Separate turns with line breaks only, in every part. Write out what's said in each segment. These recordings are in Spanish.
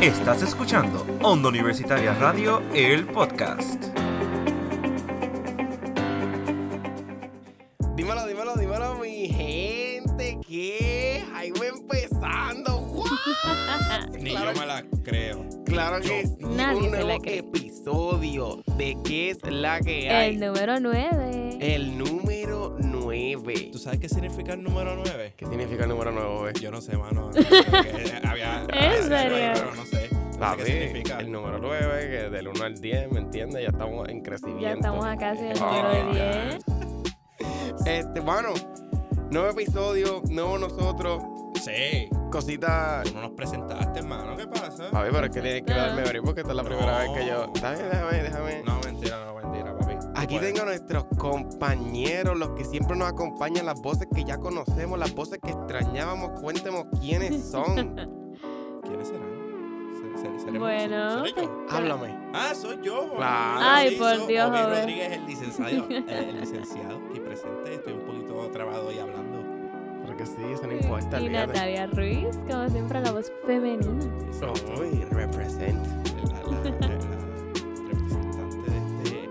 Estás escuchando Onda Universitaria Radio, el podcast.
Dímelo, dímelo, dímelo, mi gente, que Jaime empezando. ¡Guau!
Ni
claro,
yo me la creo.
claro que sí,
Nadie
un
se
nuevo
la cree.
episodio de qué es la que
El
hay. Eh,
número 9.
El número 9.
¿Tú sabes qué significa el número 9?
¿Qué significa el número 9?
Yo no sé, mano. Porque Había,
¿En serio?
Pero no sé. No sé qué significa.
el número 9, que del 1 al 10, ¿me entiendes? Ya estamos en crecimiento.
Ya estamos a casi en el
Ah,
número
ya.
10.
Este, bueno, nuevo episodio, nuevo nosotros,
Sí.
cositas
Tú no nos presentaste, hermano. ¿Qué pasa?
A ver, pero es que tienes que
No.
darme abrir porque esta es la primera
No.
vez que yo. Dame, déjame, déjame.
No, mentira, no, mentira, papi. Pues,
Aquí
Bueno,
tengo a nuestros compañeros, los que siempre nos acompañan, las voces que ya conocemos, las voces que extrañábamos. Cuéntemos quiénes son.
¿Quiénes serán? Se- se- seremos-
Bueno,
¿Seré yo?
pues-
Háblame.
Ah, soy yo.
Claro.
Ay,
Sí,
por
soy
Dios,
Obed
Obed.
Rodríguez, el licenciado, eh, el licenciado que presente. Estoy un poquito trabado y hablando.
Porque sí, eso no importa.
y
olvídate.
Natalia Ruiz, como siempre, la voz femenina.
Uy, represent.
La, la- la- la representante de este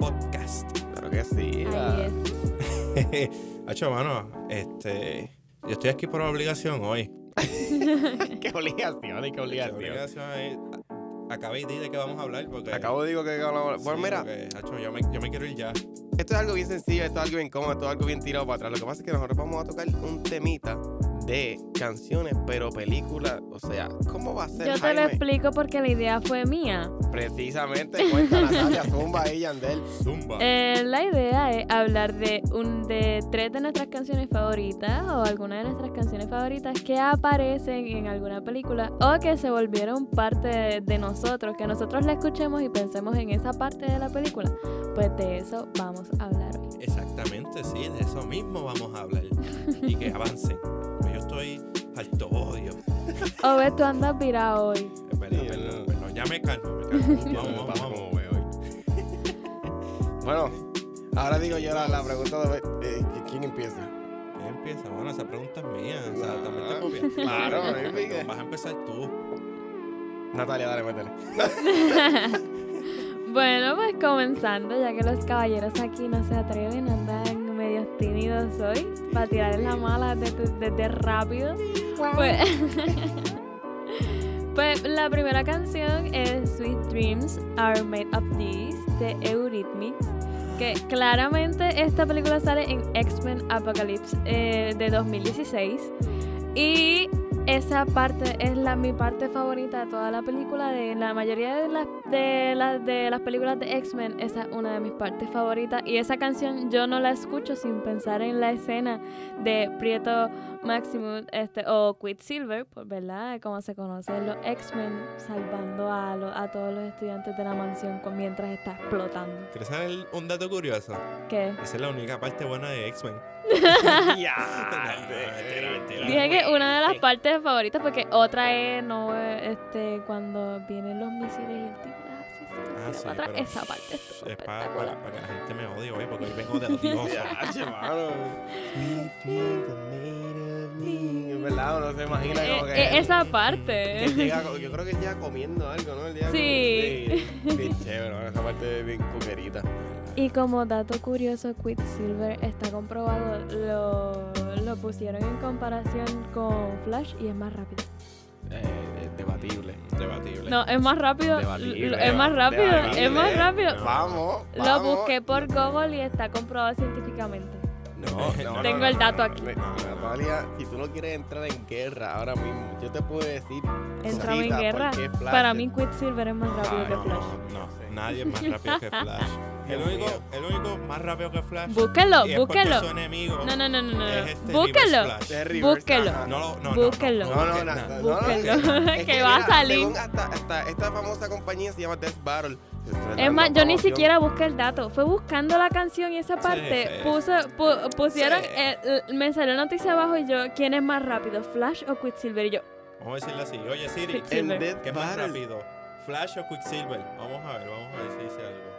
podcast.
Claro que sí.
Ahí es.
Hacho, mano, este. Yo estoy aquí por obligación hoy.
qué obligación, y qué
Qué
obligación.
obligación es- a- Acabé de decir de qué vamos a hablar porque.
Acabo de digo que hablamos.
Sí,
Bueno, mira,
porque, hacho, yo, me, yo me quiero ir ya.
esto es algo bien sencillo, esto es algo bien cómodo, esto es algo bien tirado para atrás. Lo que pasa es que nosotros vamos a tocar un temita de canciones, pero películas. O sea, ¿cómo va a ser?
Yo te lo
Jaime?
explico porque la idea fue mía.
Precisamente, cuenta Natalia Zumba y Yandel.
Zumba.
Eh, la idea es hablar de, un, de tres de nuestras canciones favoritas o alguna de nuestras canciones favoritas que aparecen en alguna película o que se volvieron parte de, de nosotros, que nosotros la escuchemos y pensemos en esa parte de la película. Pues de eso vamos a hablar hoy.
Exactamente, sí, de eso mismo vamos a hablar. y que avancen. Pues yo estoy alto odio.
Obed, tú andas virado hoy.
Es verdad,
Sí,
perdón,
no.
perdón. Ya me calmo, me calmo.
Yo no
Vamos, vamos,
pasa
vamos.
como ve hoy. Bueno, ahora digo yo la, la pregunta de eh, ¿quién empieza?
¿Quién empieza? Bueno, esa pregunta es mía. O sea, también te
Ah,
copias.
claro, no me
Perdón,
piques.
Vas a empezar tú.
Natalia, dale, métele.
Bueno, pues comenzando, ya que los caballeros aquí no se atreven, andan medios tímidos hoy, para tirar la mala desde, desde rápido. Pues, pues la primera canción es Sweet Dreams Are Made of These de Eurythmics, que claramente esta película sale en X-Men Apocalypse eh, de 2016 y esa parte es la mi parte favorita de toda la película de la mayoría de las de las de las películas de X-Men esa es una de mis partes favoritas y esa canción yo no la escucho sin pensar en la escena de Prieto Maximus este o Quicksilver pues verdad como se conocen los X-Men salvando a los- a todos los estudiantes de la mansión con- mientras está explotando
¿Quieres saber el- un dato curioso?
que
Esa es la única parte buena de X-Men.
ya,
mentira, mentira.
Dije que una de las partes favoritas, porque otra es no eh, este cuando vienen los misiles y el tipo las hace así, las tira
Ah, sí,
para atrás.
pero
Esa parte es
Es para,
espectacular.
que la gente me odie, güey, porque hoy vengo de odioso.
Ya, chaval. En verdad, uno se imagina
Eh,
como que.
eh, esa
que él
parte.
llega co- yo creo que él llega comiendo algo, ¿no? Él llega
Sí.
como- sí. Bien chévere, ¿no? esa parte es bien coquerita. Eh,
Y como dato curioso, Quicksilver está comprobado, lo, lo pusieron en comparación con Flash y es más rápido.
Eh, es debatible.
Debatible.
No, es más rápido.
Debatible,
lo- es más rápido,
debatible. eh.
es más rápido.
No,
Vamos,
Lo
vamos.
busqué por Google y está comprobado científicamente.
No, no,
Tengo
no,
el
no,
dato
no,
aquí.
no, no, Natalia, si tú no quieres entrar en guerra ahora mismo, yo te puedo decir.
Entraba en
cositas,
guerra.
porque Flash
Para
es-
mí Quicksilver es más rápido
Ay,
que
No,
Flash.
no, no, nadie es más rápido que Flash. El
Dios
único,
mío.
el único más rápido que Flash.
Búsquelo,
y es porque
búsquelo.
Su enemigo
No, no, no, no, no.
es este
búsquelo.
Reverse Flash.
Terry Burks,
Búsquelo.
ajá.
No, no, no, no.
Búsquelo.
No, no,
busques
no,
nada.
no, no,
Búsquenlo,
no.
que
Es
va a
mira,
salir.
según hasta, hasta esta famosa compañía se llama Death Battle.
Es más, yo ni siquiera busqué el dato. Fue buscando la canción y esa parte
sí.
puso- pu- pusieron,
Sí.
el- el- me salió la noticia abajo y yo, ¿quién es más rápido, Flash o Quicksilver? Y yo,
Vamos a decirle así. Oye, Siri,
Quicksilver.
En Death
¿qué es más
Battle.
rápido? ¿Flash o Quicksilver? Vamos a ver, vamos a ver si dice algo.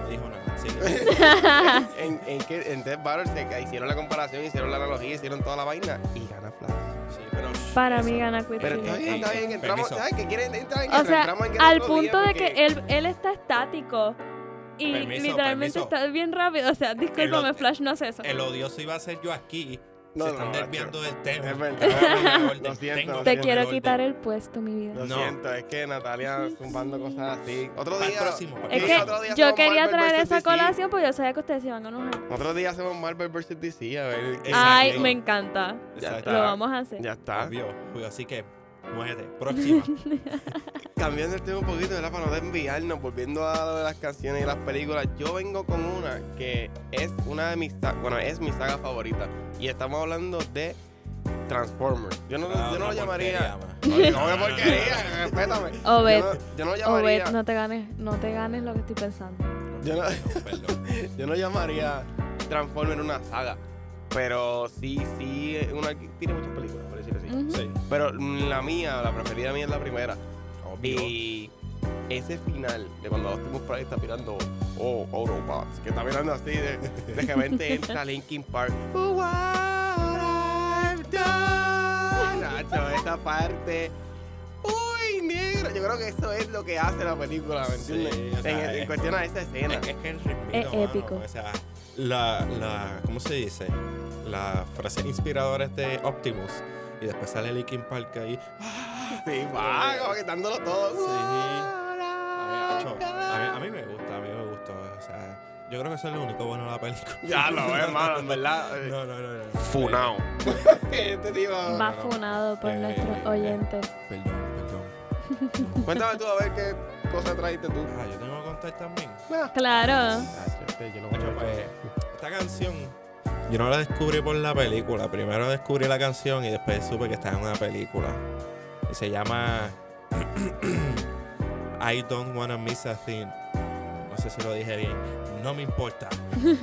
No dijo nada. Siri.
En, en, que- en Death Battle se ca- hicieron la comparación, hicieron la analogía, hicieron toda la vaina y gana Flash.
Sí, pero, shh,
Para
eso
mí
no.
gana Quick
Pero
Trip.
está bien, está bien. Entramos.
Permiso.
Ay, que quieren entrar en
O
guerra,
sea,
entramos en guerra
al
otro día
punto de
porque-
que él, él está estático. Y
Permiso,
literalmente
permiso.
está bien rápido. O sea, discúlpame,
El-
Flash, no hace eso.
El odioso iba a ser yo aquí.
No,
se
no,
están
no,
desviando del tema.
Es verdad.
Tengo que poner orden,
Lo siento,
tengo
lo
que
Te
poner
quiero
orden.
quitar el puesto, mi vida.
Lo
No.
siento, es que Natalia zumbando cosas así. Otro
Para el
día.
próximo, para el
Es
Sí,
que
otro
yo quería traer esa colación porque yo sabía que ustedes se iban a enojar.
Otro día hacemos Marvel vs. DC, a ver.
Exacto.
Ay, me encanta.
Ya
Exacto.
Lo
está.
vamos a hacer.
Ya está.
Obvio, obvio, así que muévete. Próxima.
Cambiando el tema un poquito, ¿verdad? Para no desviarnos, volviendo a lo de las canciones y las películas, yo vengo con una que es una de mis, sa- bueno, es mi saga favorita. Y estamos hablando de Transformers. Yo no,
Ah,
yo no lo llamaría... No, no, una porquería, respétame.
Obed,
Yo no, yo no
Obed,
llamaría...
no te ganes, no te ganes lo que estoy pensando.
Yo no-
Perdón.
Yo no llamaría Transformers una saga, pero sí, sí, eh, una, tiene muchas películas, por decirlo así.
Ujú.
Sí,
Pero mm, la mía, la preferida mía es la primera.
obvio.
Y ese final de cuando Optimus Prime está mirando, oh, Autobots, que está mirando así, de, de repente entra Linkin Park. What I've done. Nacho, esa parte. Uy, negro. Yo creo que eso es lo que hace la película, ¿me
Sí,
entiendes?
o sea, eh.
en, en
es-
cuestión a esa escena.
Es, es que el ritmito,
Es
mano,
Eh, épico.
O sea, la, la, ¿cómo se dice? Las frases inspiradoras de Optimus. Y después sale Linkin Park ahí.
Sí, va, como que dándolo todo.
Sí. A mí, acho, a mí- a mí me gusta, a mí me gustó. O sea, yo creo que eso es lo único bueno de la película.
Ya lo veo, hermano, en verdad.
No, no, no. no.
Funao. este tío.
Va funado por
Eh,
nuestros
eh,
oyentes.
Eh, Perdón, perdón.
Cuéntame tú a ver qué cosa trajiste tú.
Ah, yo tengo que contar también.
Claro.
Acho, pues, esta canción, yo no la descubrí por la película. Primero descubrí la canción y después supe que estaba en una película. Y se llama I Don't Wanna Miss a Thing. No sé si lo dije bien. No me importa.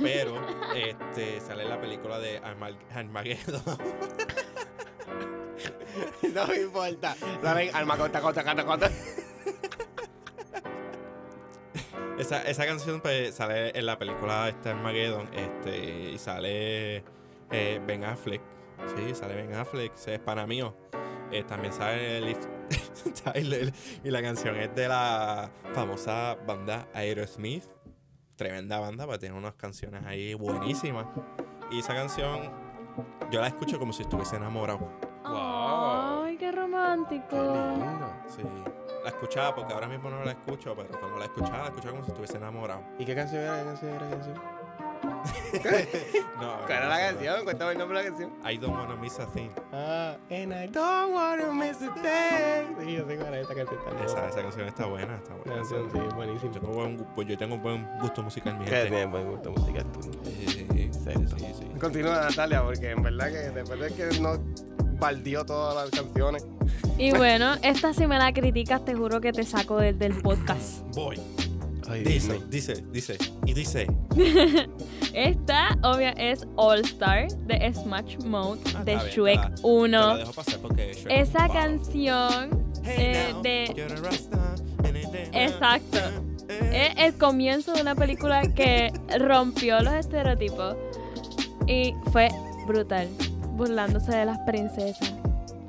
Pero este, sale en la película de Arma- Armageddon.
No me importa. Dale, alma, conta, conta, conta, conta.
Esa, esa canción pues, sale en la película esta Armageddon este, y sale eh, Ben Affleck. Sí, sale Ben Affleck, ese es pana mío. Eh, también sale Liv Tyler y la canción es de la famosa banda Aerosmith. Tremenda banda, para tiene unas canciones ahí buenísimas. Y esa canción yo la escucho como si estuviese enamorado.
Wow.
Ay, qué romántico.
Sí. La escuchaba porque ahora mismo no la escucho, pero cuando la escuchaba, la escuchaba como si estuviese enamorado.
¿Y qué canción era? ¿Qué canción era? ¿Qué canción?
No,
¿Cuál era la
no, no.
canción? Cuéntame el nombre de la canción.
I don't wanna miss a thing.
Ah, and I don't wanna miss a day. Sí, yo sé cuál es esta canción. tan
Esa,
loca.
esa canción está buena, está
Esa
buena.
canción, sí, es buenísima.
Yo tengo, buen, gu- pues yo tengo buen gusto musical, mi
Que
gente.
tiene buen gusto musical tú.
Sí, sí, sí,
Exacto.
sí, sí.
Continúa Natalia, porque en verdad que después de que no baldió todas las canciones.
Y bueno, esta si me la criticas, te juro que te saco del, del podcast.
Voy. Dice, dice, dice. Y dice.
Esta, obvia, es All Star de Smash Mouth
Ah,
de
está bien,
Shrek
te la- Te
1.
la dejo pasar porque Shrek-
Esa
wow.
canción eh,
now,
de-
you're a rockstar, and it ain't no-
Exacto.
Eh,
es el comienzo de una película que rompió los estereotipos y fue brutal, burlándose de las princesas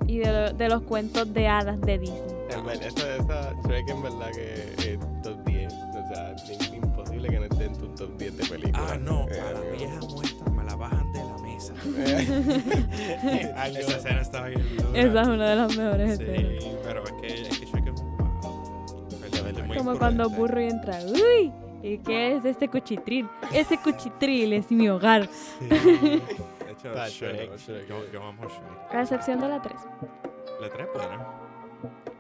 y de, lo- de los cuentos de hadas de Disney.
En verdad, esa, esa Shrek en verdad que es top 10. O sea, es imposible que no esté en tu top 10 de películas.
Ah, no,
Eh,
a la vieja muerta me la bajan de la mesa.
eh, algo-
Esa escena está bien. dura.
Esa es una de las mejores escenas.
Sí, pero es que, es que Shrek es un palo. Estoy muy
Como cuando
imprudente.
Burro entra, ¡uy! ¿Y qué es este cuchitril? Ese cuchitril es mi hogar.
Sí. De hecho,
Está
Shrek.
chulo, Shrek.
Yo, yo amo Shrek.
A excepción de la 3.
La tres buena.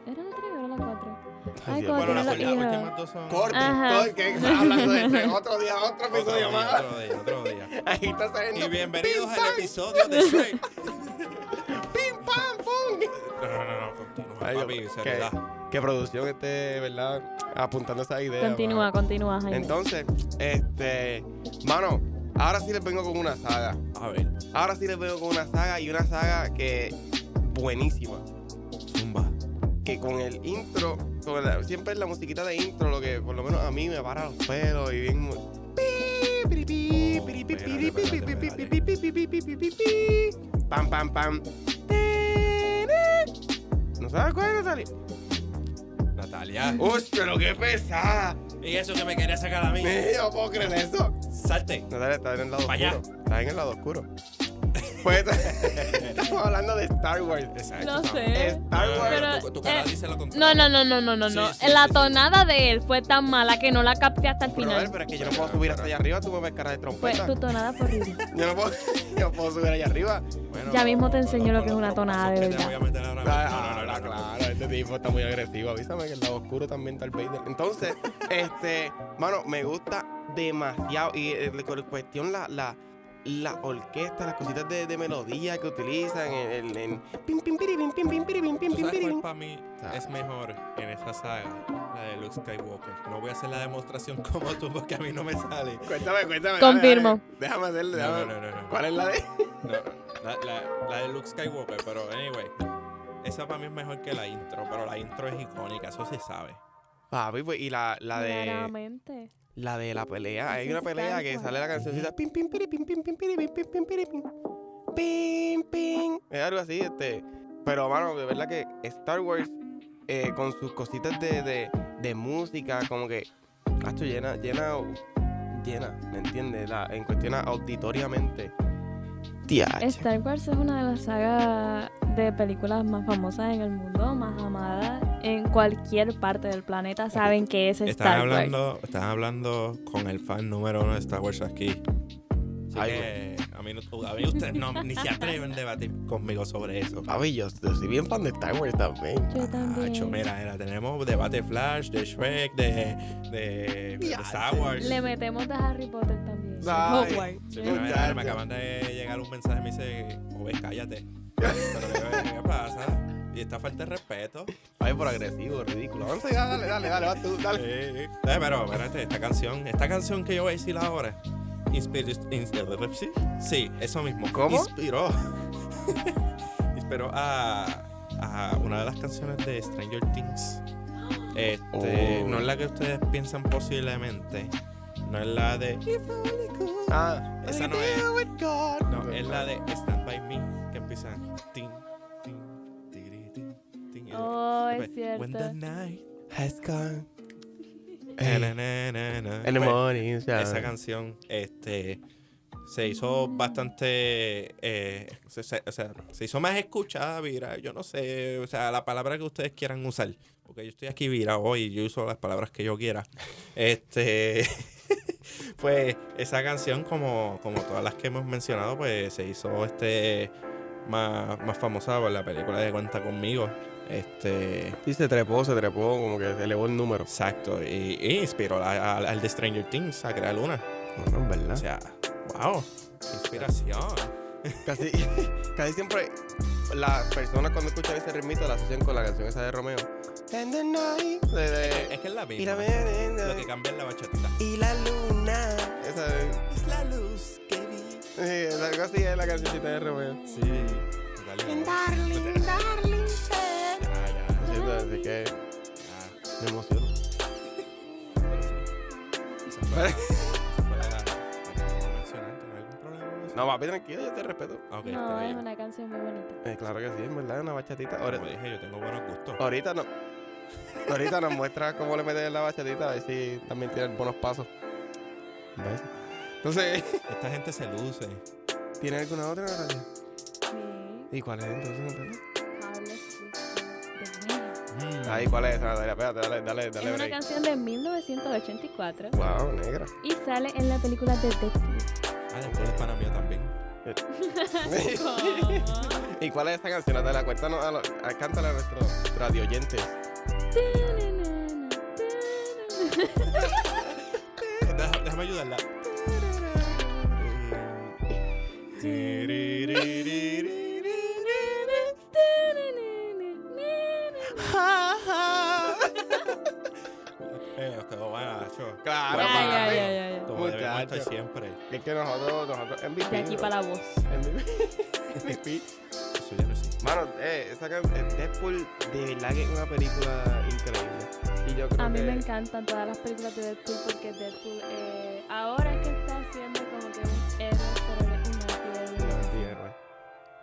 ¿Era la 3 o era la 4? Ay,
Ay, Dios
cuando
mío.
Bueno,
tiene
las
la
últimas-
hija.
las últimas dos son.
Corte,
Ajá.
corte, que está hablando de Shrek. Otro día, otro
Otro
episodio
día,
más.
otro día, otro día.
Ahí está saliendo.
Y bienvenidos
pim, pam,
al episodio de Shrek.
Pim, pam, pum.
No, no, no, no, continúa,
Ay, yo-
papi,
¿qué?
seriedad.
Qué producción esté, ¿verdad? Apuntando esa
Eh,
idea. mano.
Continúa, continúa, Jaime.
Entonces, este, mano, ahora sí les vengo con una saga.
A ver,
Ahora sí les vengo con una saga y una saga que buenísima.
zumba.
Que con el intro, con la- siempre es la musiquita de intro lo que por lo menos a mí me para los pelos y bien. pi, piri, pi,
Oh,
piri, pi,
espérate,
piri, pi, pi,
espérate,
pi, pi,
espérate.
pi, pi, pi, pi, pi, pi, pi, pi. Pam, pam, pam. Ti, ¿Sabes cuál es, Natalia?
Natalia.
¡Uy, pero qué pesada!
Y eso que me quería sacar a mí.
Yo puedo creer eso.
Salte.
Natalia, estás en el lado
Pa' allá.
oscuro. Estás en el lado oscuro. Pues estamos hablando de Star Wars.
Lo
Eh.
sé.
Star Wars.
Pero,
tu, tu cara
eh,
dice lo
No,
contrario.
no, no, no, no, no.
Sí,
no.
sí,
la
sí, sí.
tonada de él fue tan mala que no la capté hasta el
Pero, a ver,
final.
pero es que yo no puedo subir hasta allá arriba, tú me ves cara de
Fue,
trompeta.
tu tonada fue horrible.
Yo no puedo, yo no puedo subir allá arriba.
Bueno,
Ya mismo te enseño lo que es
con los
una tonada, de
trompazos que te
verdad.
voy a meter ahora mismo.
Ah,
No, no, no, no, no.
claro, este tipo está muy agresivo. Avísame que el lado oscuro también está el Vader. Entonces, este, mano, me gusta demasiado. Y eh, la cu- cuestión, la, la, la orquesta, las cositas de, de melodía que utilizan, el, el, el pim, pim, piri, pim, pim, pim, piri, pim, pim,
¿Tú
pim,
sabes
piri.
cuál para mí es mejor en esa saga? La de Luke Skywalker. No voy a hacer la demostración como tú porque a mí no me sale.
Cuéntame, cuéntame.
Confirmo.
dale, dale. Déjame hacerle,
No,
déjame.
no, no, no, no.
¿Cuál es la de?
No, la, la- la de Luke Skywalker, pero anyway. Esa para mí es mejor que la intro, pero la intro es icónica, eso se sabe.
Papi, pues, y la, la de.
Claramente.
La de la pelea. Hay
Ese
una
es
pelea
Star
que
Wars.
sale la cancioncita. Pim, pim, piri, pim, pim, pim, piri, pim, pim, pim, piri, pim. Pim, pim. Es algo así, este. Pero, mano, de verdad que Star Wars, eh, con sus cositas de, de, de música, como que. Hacho, llena, llena, llena, ¿me entiendes? La- En cuestión a auditoriamente. Tía.
Star Wars es una de las sagas de películas más famosas en el mundo, más amadas en cualquier parte del planeta. Saben que es
Están
Star Wars.
hablando, están hablando con el fan número uno de Star Wars aquí. Así
Ay,
que a mí, no, a mí ustedes no, ni se atreven a debatir conmigo sobre eso.
Papi, yo, yo soy bien fan de Star Wars también.
Yo también.
Acho, mira, mira, tenemos debate Flash, de Shrek, de, de, de Star Wars.
Le metemos de Harry Potter también.
Ay.
Sí, mira, mira, mira, me acaban de llegar un mensaje, me dice, Oves, cállate. Pero, ¿qué, ¿Qué pasa? Y esta falta de respeto.
Ay, por agresivo, ridículo. Vamos allá, dale, dale, dale, vas tú, dale.
Eh, eh, pero espérate, esta canción, esta canción que yo voy a decir ahora, inspiró, sí, sí, eso mismo.
¿Cómo?
Inspiró, inspiró a, a una de las canciones de Stranger Things. Este,
Oh.
no es la que ustedes piensan posiblemente, no es la de If Only Could.
Ah,
Esa no es. No, es
la
la de Stand By Me que empieza tin, tin, tiri, tin, tin, y
Oh,
después,
es cierto.
When the night
Has gone.
na, na, na, na, na.
Eh, El
Pues,
morning sun.
Esa canción este, se hizo bastante. eh, se, se- o sea, se hizo más escuchada, viral. Yo no sé, o sea, la palabra que ustedes quieran usar. Porque yo estoy aquí virado hoy y yo uso las palabras que yo quiera. Este. pues esa canción, como, como todas las que hemos mencionado, pues se hizo este más, más famosa por la película de Cuenta conmigo. Este.
Sí, se trepó, se trepó, como que se elevó el número.
Exacto. Y, y inspiró a- a- al de Stranger Things a crear una.
No, en verdad.
O sea, wow, qué inspiración.
casi, casi siempre las personas cuando escuchan ese ritmito la asocian con la canción esa de Romeo. And the night, de- de-
Es que es la
y la
misma. Lo que
vereda,
cambia es la bachatita.
y la luna. Esa es.
Es la luz que vi.
Sí, es algo así es la cancioncita de Romeo.
Sí. Dale. Ya, ya,
Sí, Así que
ya.
me emociono.
Pero sí. Esa fue la- esa fue la- la que quería mencionar. ¿Tiene algún problema con eso?
No, papi, tranquilo, yo te respeto.
Ah, ok,
No,
está
es
bien.
una canción muy bonita.
Eh, claro que sí, en verdad, una bachatita. Ahora,
Como dije, yo tengo buenos gustos.
ahorita no. Ahorita nos muestra cómo le metes la bachatita, a ver si también tienen buenos pasos. ¿Ves? Entonces,
Esta gente se luce.
¿tiene alguna otra Natalia?
Sí.
¿Y cuál es entonces, Natalia?
Carlos Whisper de Mira.
Mm.
Ay, ¿cuál es esa, Natalia? Espérate, dale, dale, dale.
Es una
break.
canción de 1984
Wow, negra.
y sale en la película Detective.
Ah, después es para mí también.
¿Y cuál es esta canción, Natalia? Cuéntanos, a los, a- cántala a nuestros radio oyentes.
Eh, Deja- Déjame ayudarla. Eh, os quedó buena, Nacho.
Claro,
Buena.
Ay,
papi.
ay, ay, ay, ay.
Como debemos estar
Muchacho.
siempre.
Es que nosotros, nosotros, MVP.
De aquí para la voz.
MVP. MVP.
Eso ya no existe.
Mano, eh, esa canción, Deadpool, de verdad que es una película increíble. Y yo creo
A mí
que...
me encantan todas las películas de Deadpool porque Deadpool eh, ahora es que está haciendo como que un héroe, pero él es un antihéroe.
Un antihéroe.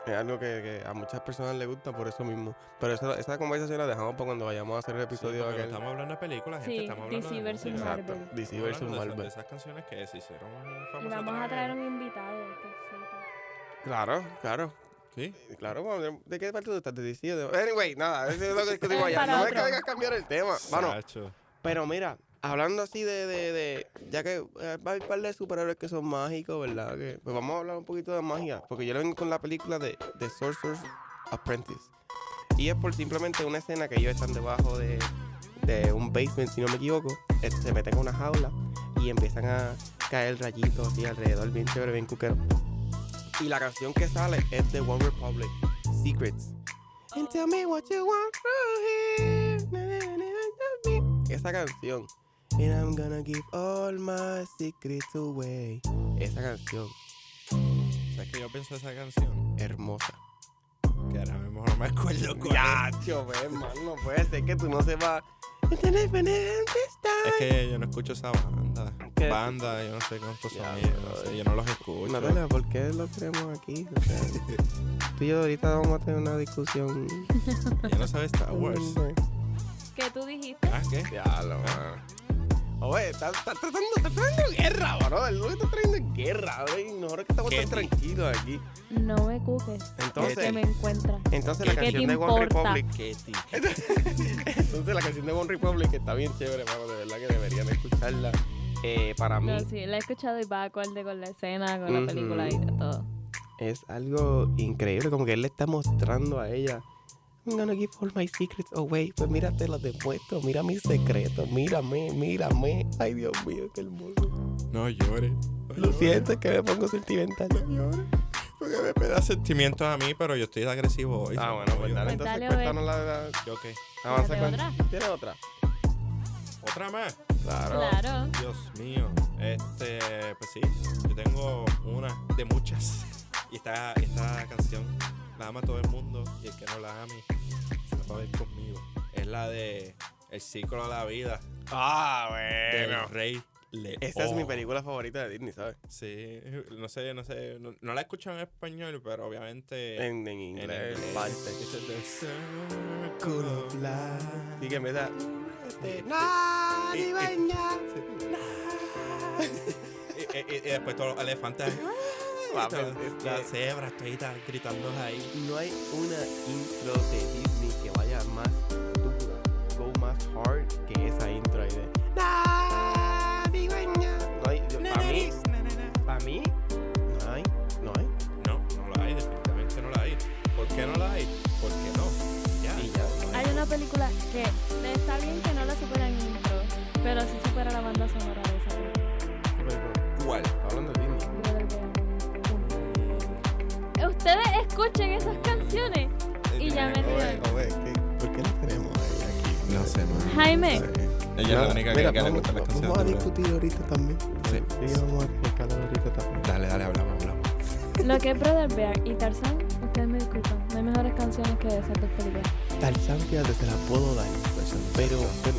Es algo que, que a muchas personas les gusta por eso mismo. Pero esa, esa conversación la dejamos para cuando vayamos a hacer el
Sí,
episodio
porque no
aquel.
estamos hablando de películas, gente.
Sí,
estamos hablando
DC
de
versus
música.
Marvel.
Exacto. DC
Estamos
versus
hablando de esas- De
Marvel.
esas canciones que se hicieron famosas.
Y vamos a
otra
traer
vez.
un invitado que sepa.
Claro, claro.
Sí.
Claro, bueno, ¿de qué parte tú estás? ¿De DC o de- Anyway, nada, eso es lo que discutimos allá.
Para
No me
otro.
caigas a cambiar el tema. Mano,
Sacho.
Pero mira, hablando así de, de, de ya que eh, hay un par de superhéroes que son mágicos, ¿verdad? Que- pues vamos a hablar un poquito de magia, porque yo lo vengo con la película de, de Sorcerer's Apprentice. Y es por simplemente una escena que ellos están debajo de, de un basement, si no me equivoco, eh, se meten a una jaula y empiezan a caer rayitos así alrededor, bien chévere, bien cuquero. Y la canción que sale es de One Republic, Secrets. And tell me what you want from here. Na, na, na, na, na, na. Esa canción. And I'm gonna give all my secrets away. Esa canción,
¿Sabes que yo pienso esa canción?
hermosa.
Que ahora mismo no me acuerdo cuál
Ya, tío, ve, man, no puede ser pues, que tú no Este sepas. Entender, entender,
es. Es
está.
que yo no escucho esa banda.
¿Qué?
Banda, yo no sé cuántos
Ya,
son ellos, no
brother.
sé, yo no los escucho.
Natalia, ¿por qué lo tenemos aquí? O sea, tú y yo ahorita vamos a tener una discusión.
Yo no sabía Star Wars.
¿Qué tú dijiste?
¿Ah, qué?
Diablo, mano. Oye, estás estás tratando, estás trayendo guerra, bro. El que está trayendo guerra, bro. Y nosotros que estamos tan
Getty.
tranquilos aquí.
No me cuques. Que
Entonces,
me encuentras.
entonces la
¿Qué te
canción de One
importa?
Republic. Entonces la canción de One Republic está bien chévere, mano. De verdad que deberían escucharla. Eh, para mí
No, sí, la he escuchado y va acorde con la escena, con la
Ujú.
película y de todo.
es algo increíble. Como que él le está mostrando a ella. I'm gonna give all my secrets away. Pues mira, te los demuestro. Mira mis secretos. Mírame, mírame. Ay, Dios mío, qué hermoso.
No llores.
Lo siento, es que me pongo sentimental.
Porque me, me da sentimientos a mí, pero yo estoy agresivo hoy.
Ah,
so,
bueno,
no
pues
lloro.
dale,
Pues
entonces
dale,
cuéntanos la, la
Yo qué.
avanza
¿Tiene
con...
otra?
¿Tiene otra?
Otra más.
Claro.
Dios mío. Este, pues sí, yo tengo una de muchas. Y esta, esta canción la ama todo el mundo y el que no la ame se la va a ver conmigo. Es la de El ciclo de la vida
Ah,
del Rey León.
Esa es mi película favorita de Disney, ¿sabes?
Sí, no sé, no sé, no, no la escucho en español, pero obviamente
En, Eh, en inglés.
inglés.
parte.
It's a the circle of life.
Y que empieza...
Y-
Nadie
y-
baña.
Y, y- y después todos los
Ah,
elefantes.
Papi,
Todas
es
Las
que-
cebras toditas gritando ahí.
No hay una intro de Disney que vaya más dura, go más hard que esa intro ahí de... Nadie baña. No hay... Para mí... Para mí... No hay. No hay.
No, no la hay, definitivamente no la hay. ¿Por qué no la hay? Porque no. Ya.
Y ya.
No
Hay una película que está bien que no la supera en intro, pero sí supera la banda sonora de esa película.
¿Cuál?
Hablando de Disney.
Yo creo que- Ustedes escuchen esas canciones. Y ya me
Oye,
río.
oye, ¿qué- ¿por qué la tenemos ahí aquí?
No sé, man.
Jaime,
Ella es la única que, que le gustan las canciones. de Rey.
ahorita también.
Sí.
Sí, vamos a discutir ahorita también.
Dale, dale, hablamos, hablamos.
lo que es Brother Bear y Tarzan, ustedes me disculpan. No hay mejores canciones que esas dos películas.
Tarzán, fíjate, te la puedo dar.
pues,
Pero, pero, pero,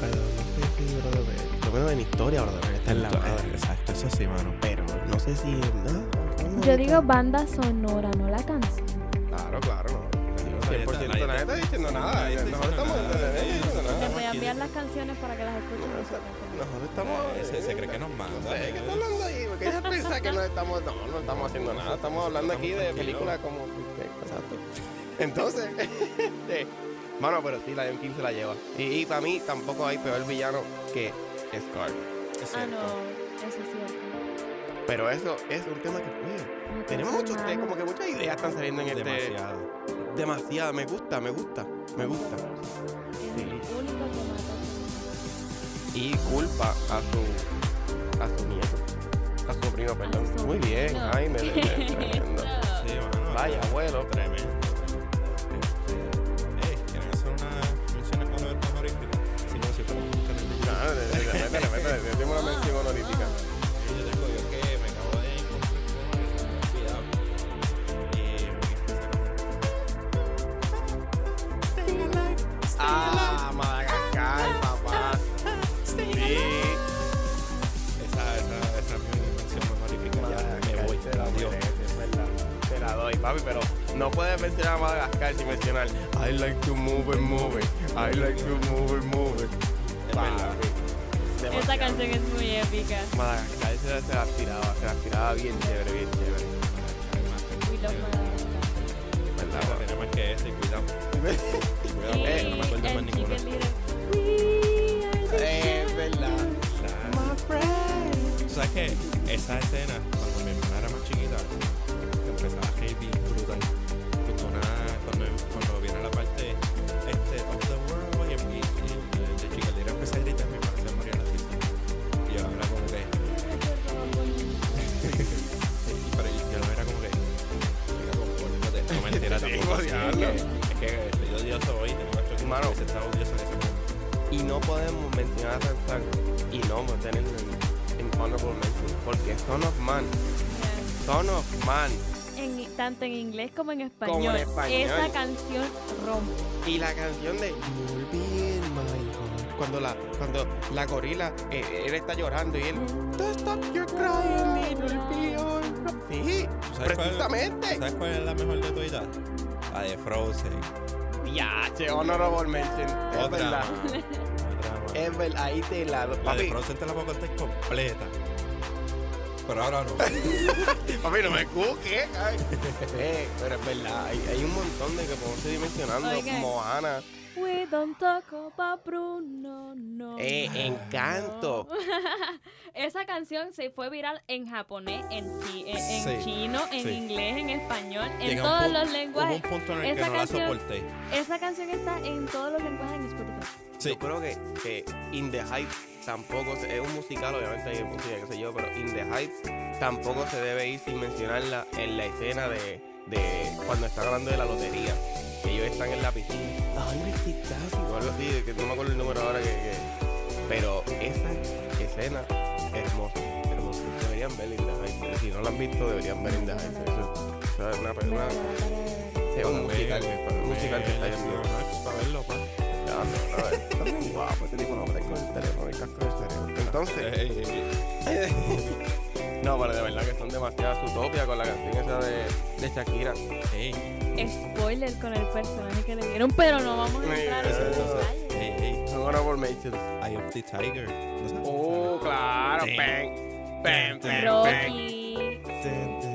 pero, no sé si, brother, eh, por lo menos en historia, brother, está en la madre.
Exacto, eso sí, mano.
Pero, no sé si, ¿no?
Yo digo banda sonora, no la canción.
Claro, claro, no.
Nadie está-
100%
nadie
nadie
está-
está diciendo nada.
nadie está
Nosotros
diciendo
estamos
nada.
nadie está diciendo
Te
nada.
voy a enviar las canciones para que las escuchen.
Nosotros estamos.
Se, se cree que nos manda.
No sé, ¿qué está hablando ahí? Porque ella piensa que no estamos, no, no estamos haciendo nada. Estamos hablando aquí de
Estamos
películas como... Exacto. Entonces, este, mano, pero sí, Lion King se la lleva. Y, y para mí tampoco hay peor villano que Scar.
Es
Ah,
cierto.
no, eso es cierto.
Pero eso es un tema que... oye, tenemos muchos temas, como que muchas ideas están saliendo en este...
Demasiado.
Demasiado. Me gusta, me gusta, me gusta.
Es el único que mata.
Y culpa a su... a su nieto. A su primo, perdón.
A su
Muy bien,
primo.
ay, me... tremendo.
Sí, mano.
Vaya, abuelo.
Tremendo. Este, eh, ¿Quieren hacer una mención económica honorífica? Si no, si fuera un
No, métele, métele, le dimos una mención honorífica.
Yo tengo yo que me acabo de encontrar con una que se me había olvidado. Eh,
Ah, Madagascar, papá. Sí.
Esa, esa, esa es mi mención honorífica. Ya me voy.
Te la
Adiós.
mereces, ¿verdad? Te la doy, papi, pero no puedes mencionar a Madagascar sin mencionar I like to move and move it. I like to move and move it.
Es verdad.
Papi,
Esa
demasiado.
canción es muy épica.
Madagascar se, se las tiraba, se las tiraba bien chévere, bien chévere.
We love
¿Verdad?
Madagascar.
La tenía más Pues que ese, cuidado. Cuidado,
Y
porque eh, no me acuerdo más
el
ninguno.
Chicken Little. We are the
Eh, Es verdad.
¿Tú sabes qué? Esa escena, cuando mi hermana era más chiquita, empezaba a reír bien brutal. Justo una- cuando, cuando viene la parte este, of the world, y, y, y, y chica, empecé a gritar, mi hermana se moría la risa. Y yo era como que... Pero yo, yo no era como que... mira, compórtate. No me entera
Sí,
tampoco. así, es,
diablo.
que, es que yo odioso hoy, tengo macho que
Mano.
se está odioso en ese momento.
Y no podemos mencionar a Tarzán y no tenerlo en, en honorable mention, porque Son of Man,
Best.
Son of Man.
En- tanto en inglés como en español.
Como en español.
Esa canción rompe.
Y la canción de You'll Be in My Heart, cuando la, cuando la gorila, eh, él está llorando y él, Don't stop your crying, little boy. Sí,
¿Sabes cuál-
precisamente.
¿Sabes cuál es la mejor de todas? La de Frozen.
Ya, che, honorable mention. Es
Otra
verdad.
más. Otra más.
Es verdad, ahí te la
La de
Papi,
Frozen te la puedo contar completa. Pero ahora no.
papi, no me cuques. ay. Eh, pero es verdad, hay, hay un montón de que podemos seguir mencionando.
Oigan.
Moana.
We don't talk about Bruno, no.
Eh, encanto.
Esa canción se fue viral en japonés, en, chi- eh, en
Sí,
chino, en
sí.
inglés, en español, en
Llega un
todos
punto-
los lenguajes.
Hubo un punto en el
Esa
que no la
canción-
soporté.
Esa canción está en todos los lenguajes en Spotify.
Sí.
Yo creo que, que In the Hype tampoco se- es un musical, obviamente hay música, qué sé yo, pero In the Hype tampoco se debe ir sin mencionarla en la escena de, de cuando están hablando de la lotería. Que ellos están en la piscina. Ay, me quitas. O algo así, que no me acuerdo el número ahora que. que- Pero esa escena es hermosa, hermosa. Deberían ver In the Hype. Si no la han visto, deberían ver In the Hype. Eso, eso es una, una- es un musical, un musical que está bien.
Para verlo, pa.
Ya, no, no, está bien guapo, este tipo no me con el teléfono, el casco del cerebro. Entonces,
Ey, ey, ey.
Eh, no, pero de verdad que son demasiadas utopias con la canción esa de, de Shakira.
Ey,
Spoiler con el personaje que le dieron, pero no vamos a
Sí,
entrar en
eso,
esos
eso.
detalles.
ey, ey.
Son honorable mentions.
Eye of the Tiger. No sé.
Oh, claro,
Sí.
pen, pen, pen, pen.
Rocky.
Ten, ten, ten.
Cierto.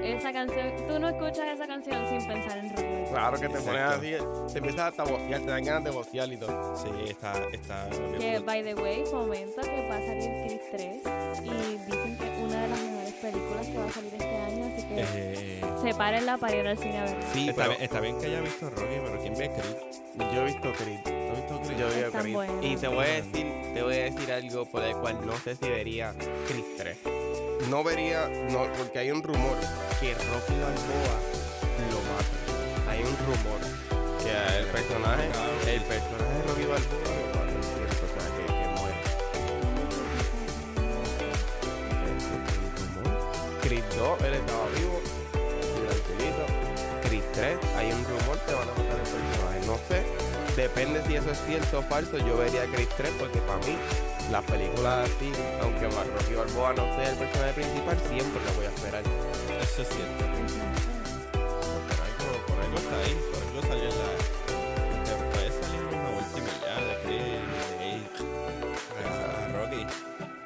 Esa canción, tú no escuchas esa canción sin pensar en Rocky.
Claro que te pones
Exacto.
así, te empiezas hasta a bocear, te dan ganas de bocear y todo.
Sí, está. está
Que, by the way, comento que va a salir Creed 3 y dicen que es una de las mejores películas que va a salir este año, así que
Eh,
sepárenla para ir al cine a verla.
Sí,
está, bien, está bien que haya visto Rocky, pero ¿quién ve Creed?
yo he visto Creed.
¿No has visto Creed?
Yo he visto
Están
Creed.
buenas.
Y te voy a decir, te voy a decir algo por el cual no sé si vería Creed 3. No vería, no, porque hay un rumor que Rocky Balboa lo mata. Hay un rumor que el personaje, el personaje de Rocky Balboa lo mata. Y el personaje que muere. Este Creed 2, él estaba vivo, tranquilito. Creed 3, hay un rumor que van a matar el personaje. No sé, depende si eso es cierto o falso. Yo vería Creed 3 porque para mí las películas así, aunque Mar- Rocky Balboa no sea el personaje principal, siempre la voy a esperar.
Eso es cierto. Por algo, por algo está ahí, por algo salió en la. Te puede salir una última ya de Creed y de ahí, a- a Rocky.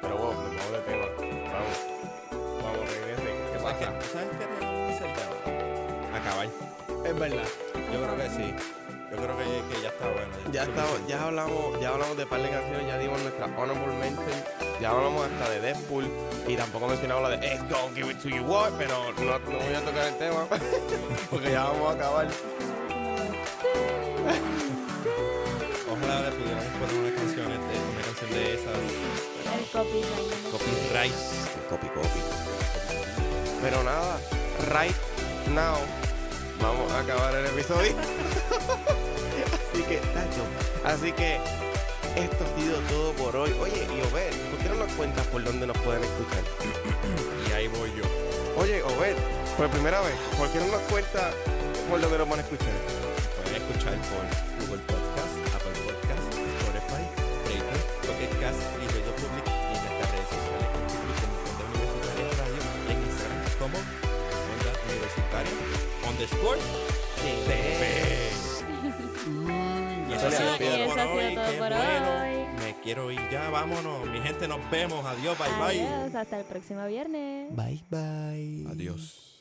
Pero bueno, me muevo de tema. Vamos, vamos, regresen. ¿Qué
¿Sabes qué? ¿Sabes qué tenemos que hacer ya? Acabar.
Es verdad.
Yo creo que sí. Yo creo que, que ya está bueno.
Ya, estamos, ya, hablamos, ya hablamos de par de canciones, ya dimos nuestra honorable mention, ya hablamos hasta de Deadpool y tampoco mencionamos la de It's gonna give it to you what, pero no, no voy a tocar el tema porque ya vamos a acabar.
Ojalá le pudiéramos poner unas canciones de una canción de esas.
El copyright.
Copyright.
Copy, copy. Pero nada, right now vamos a acabar el episodio. así que, tacho, así que esto ha sido todo por hoy. Oye, y Obed, ¿por qué no nos cuentas por dónde nos pueden escuchar?
Y ahí voy yo.
Oye, Obed, por primera vez, ¿por qué no nos cuenta por lo que nos van a escuchar?
Pueden escuchar por Google Podcast, Apple Podcast, Spotify, Breaker, Pocket Cast y Radio Public y en nuestras redes sociales en Facebook como Onda Universitaria Radio y en Instagram como Onda Universitaria. underscore. TV. Y eso ha
Bueno,
sido
y eso
todo por
ha sido
hoy.
todo
Qué
por
bueno.
hoy.
Me quiero ir ya, vámonos. Mi gente, nos vemos. Adiós, bye bye.
Adiós, hasta el próximo viernes.
Bye, bye.
Adiós.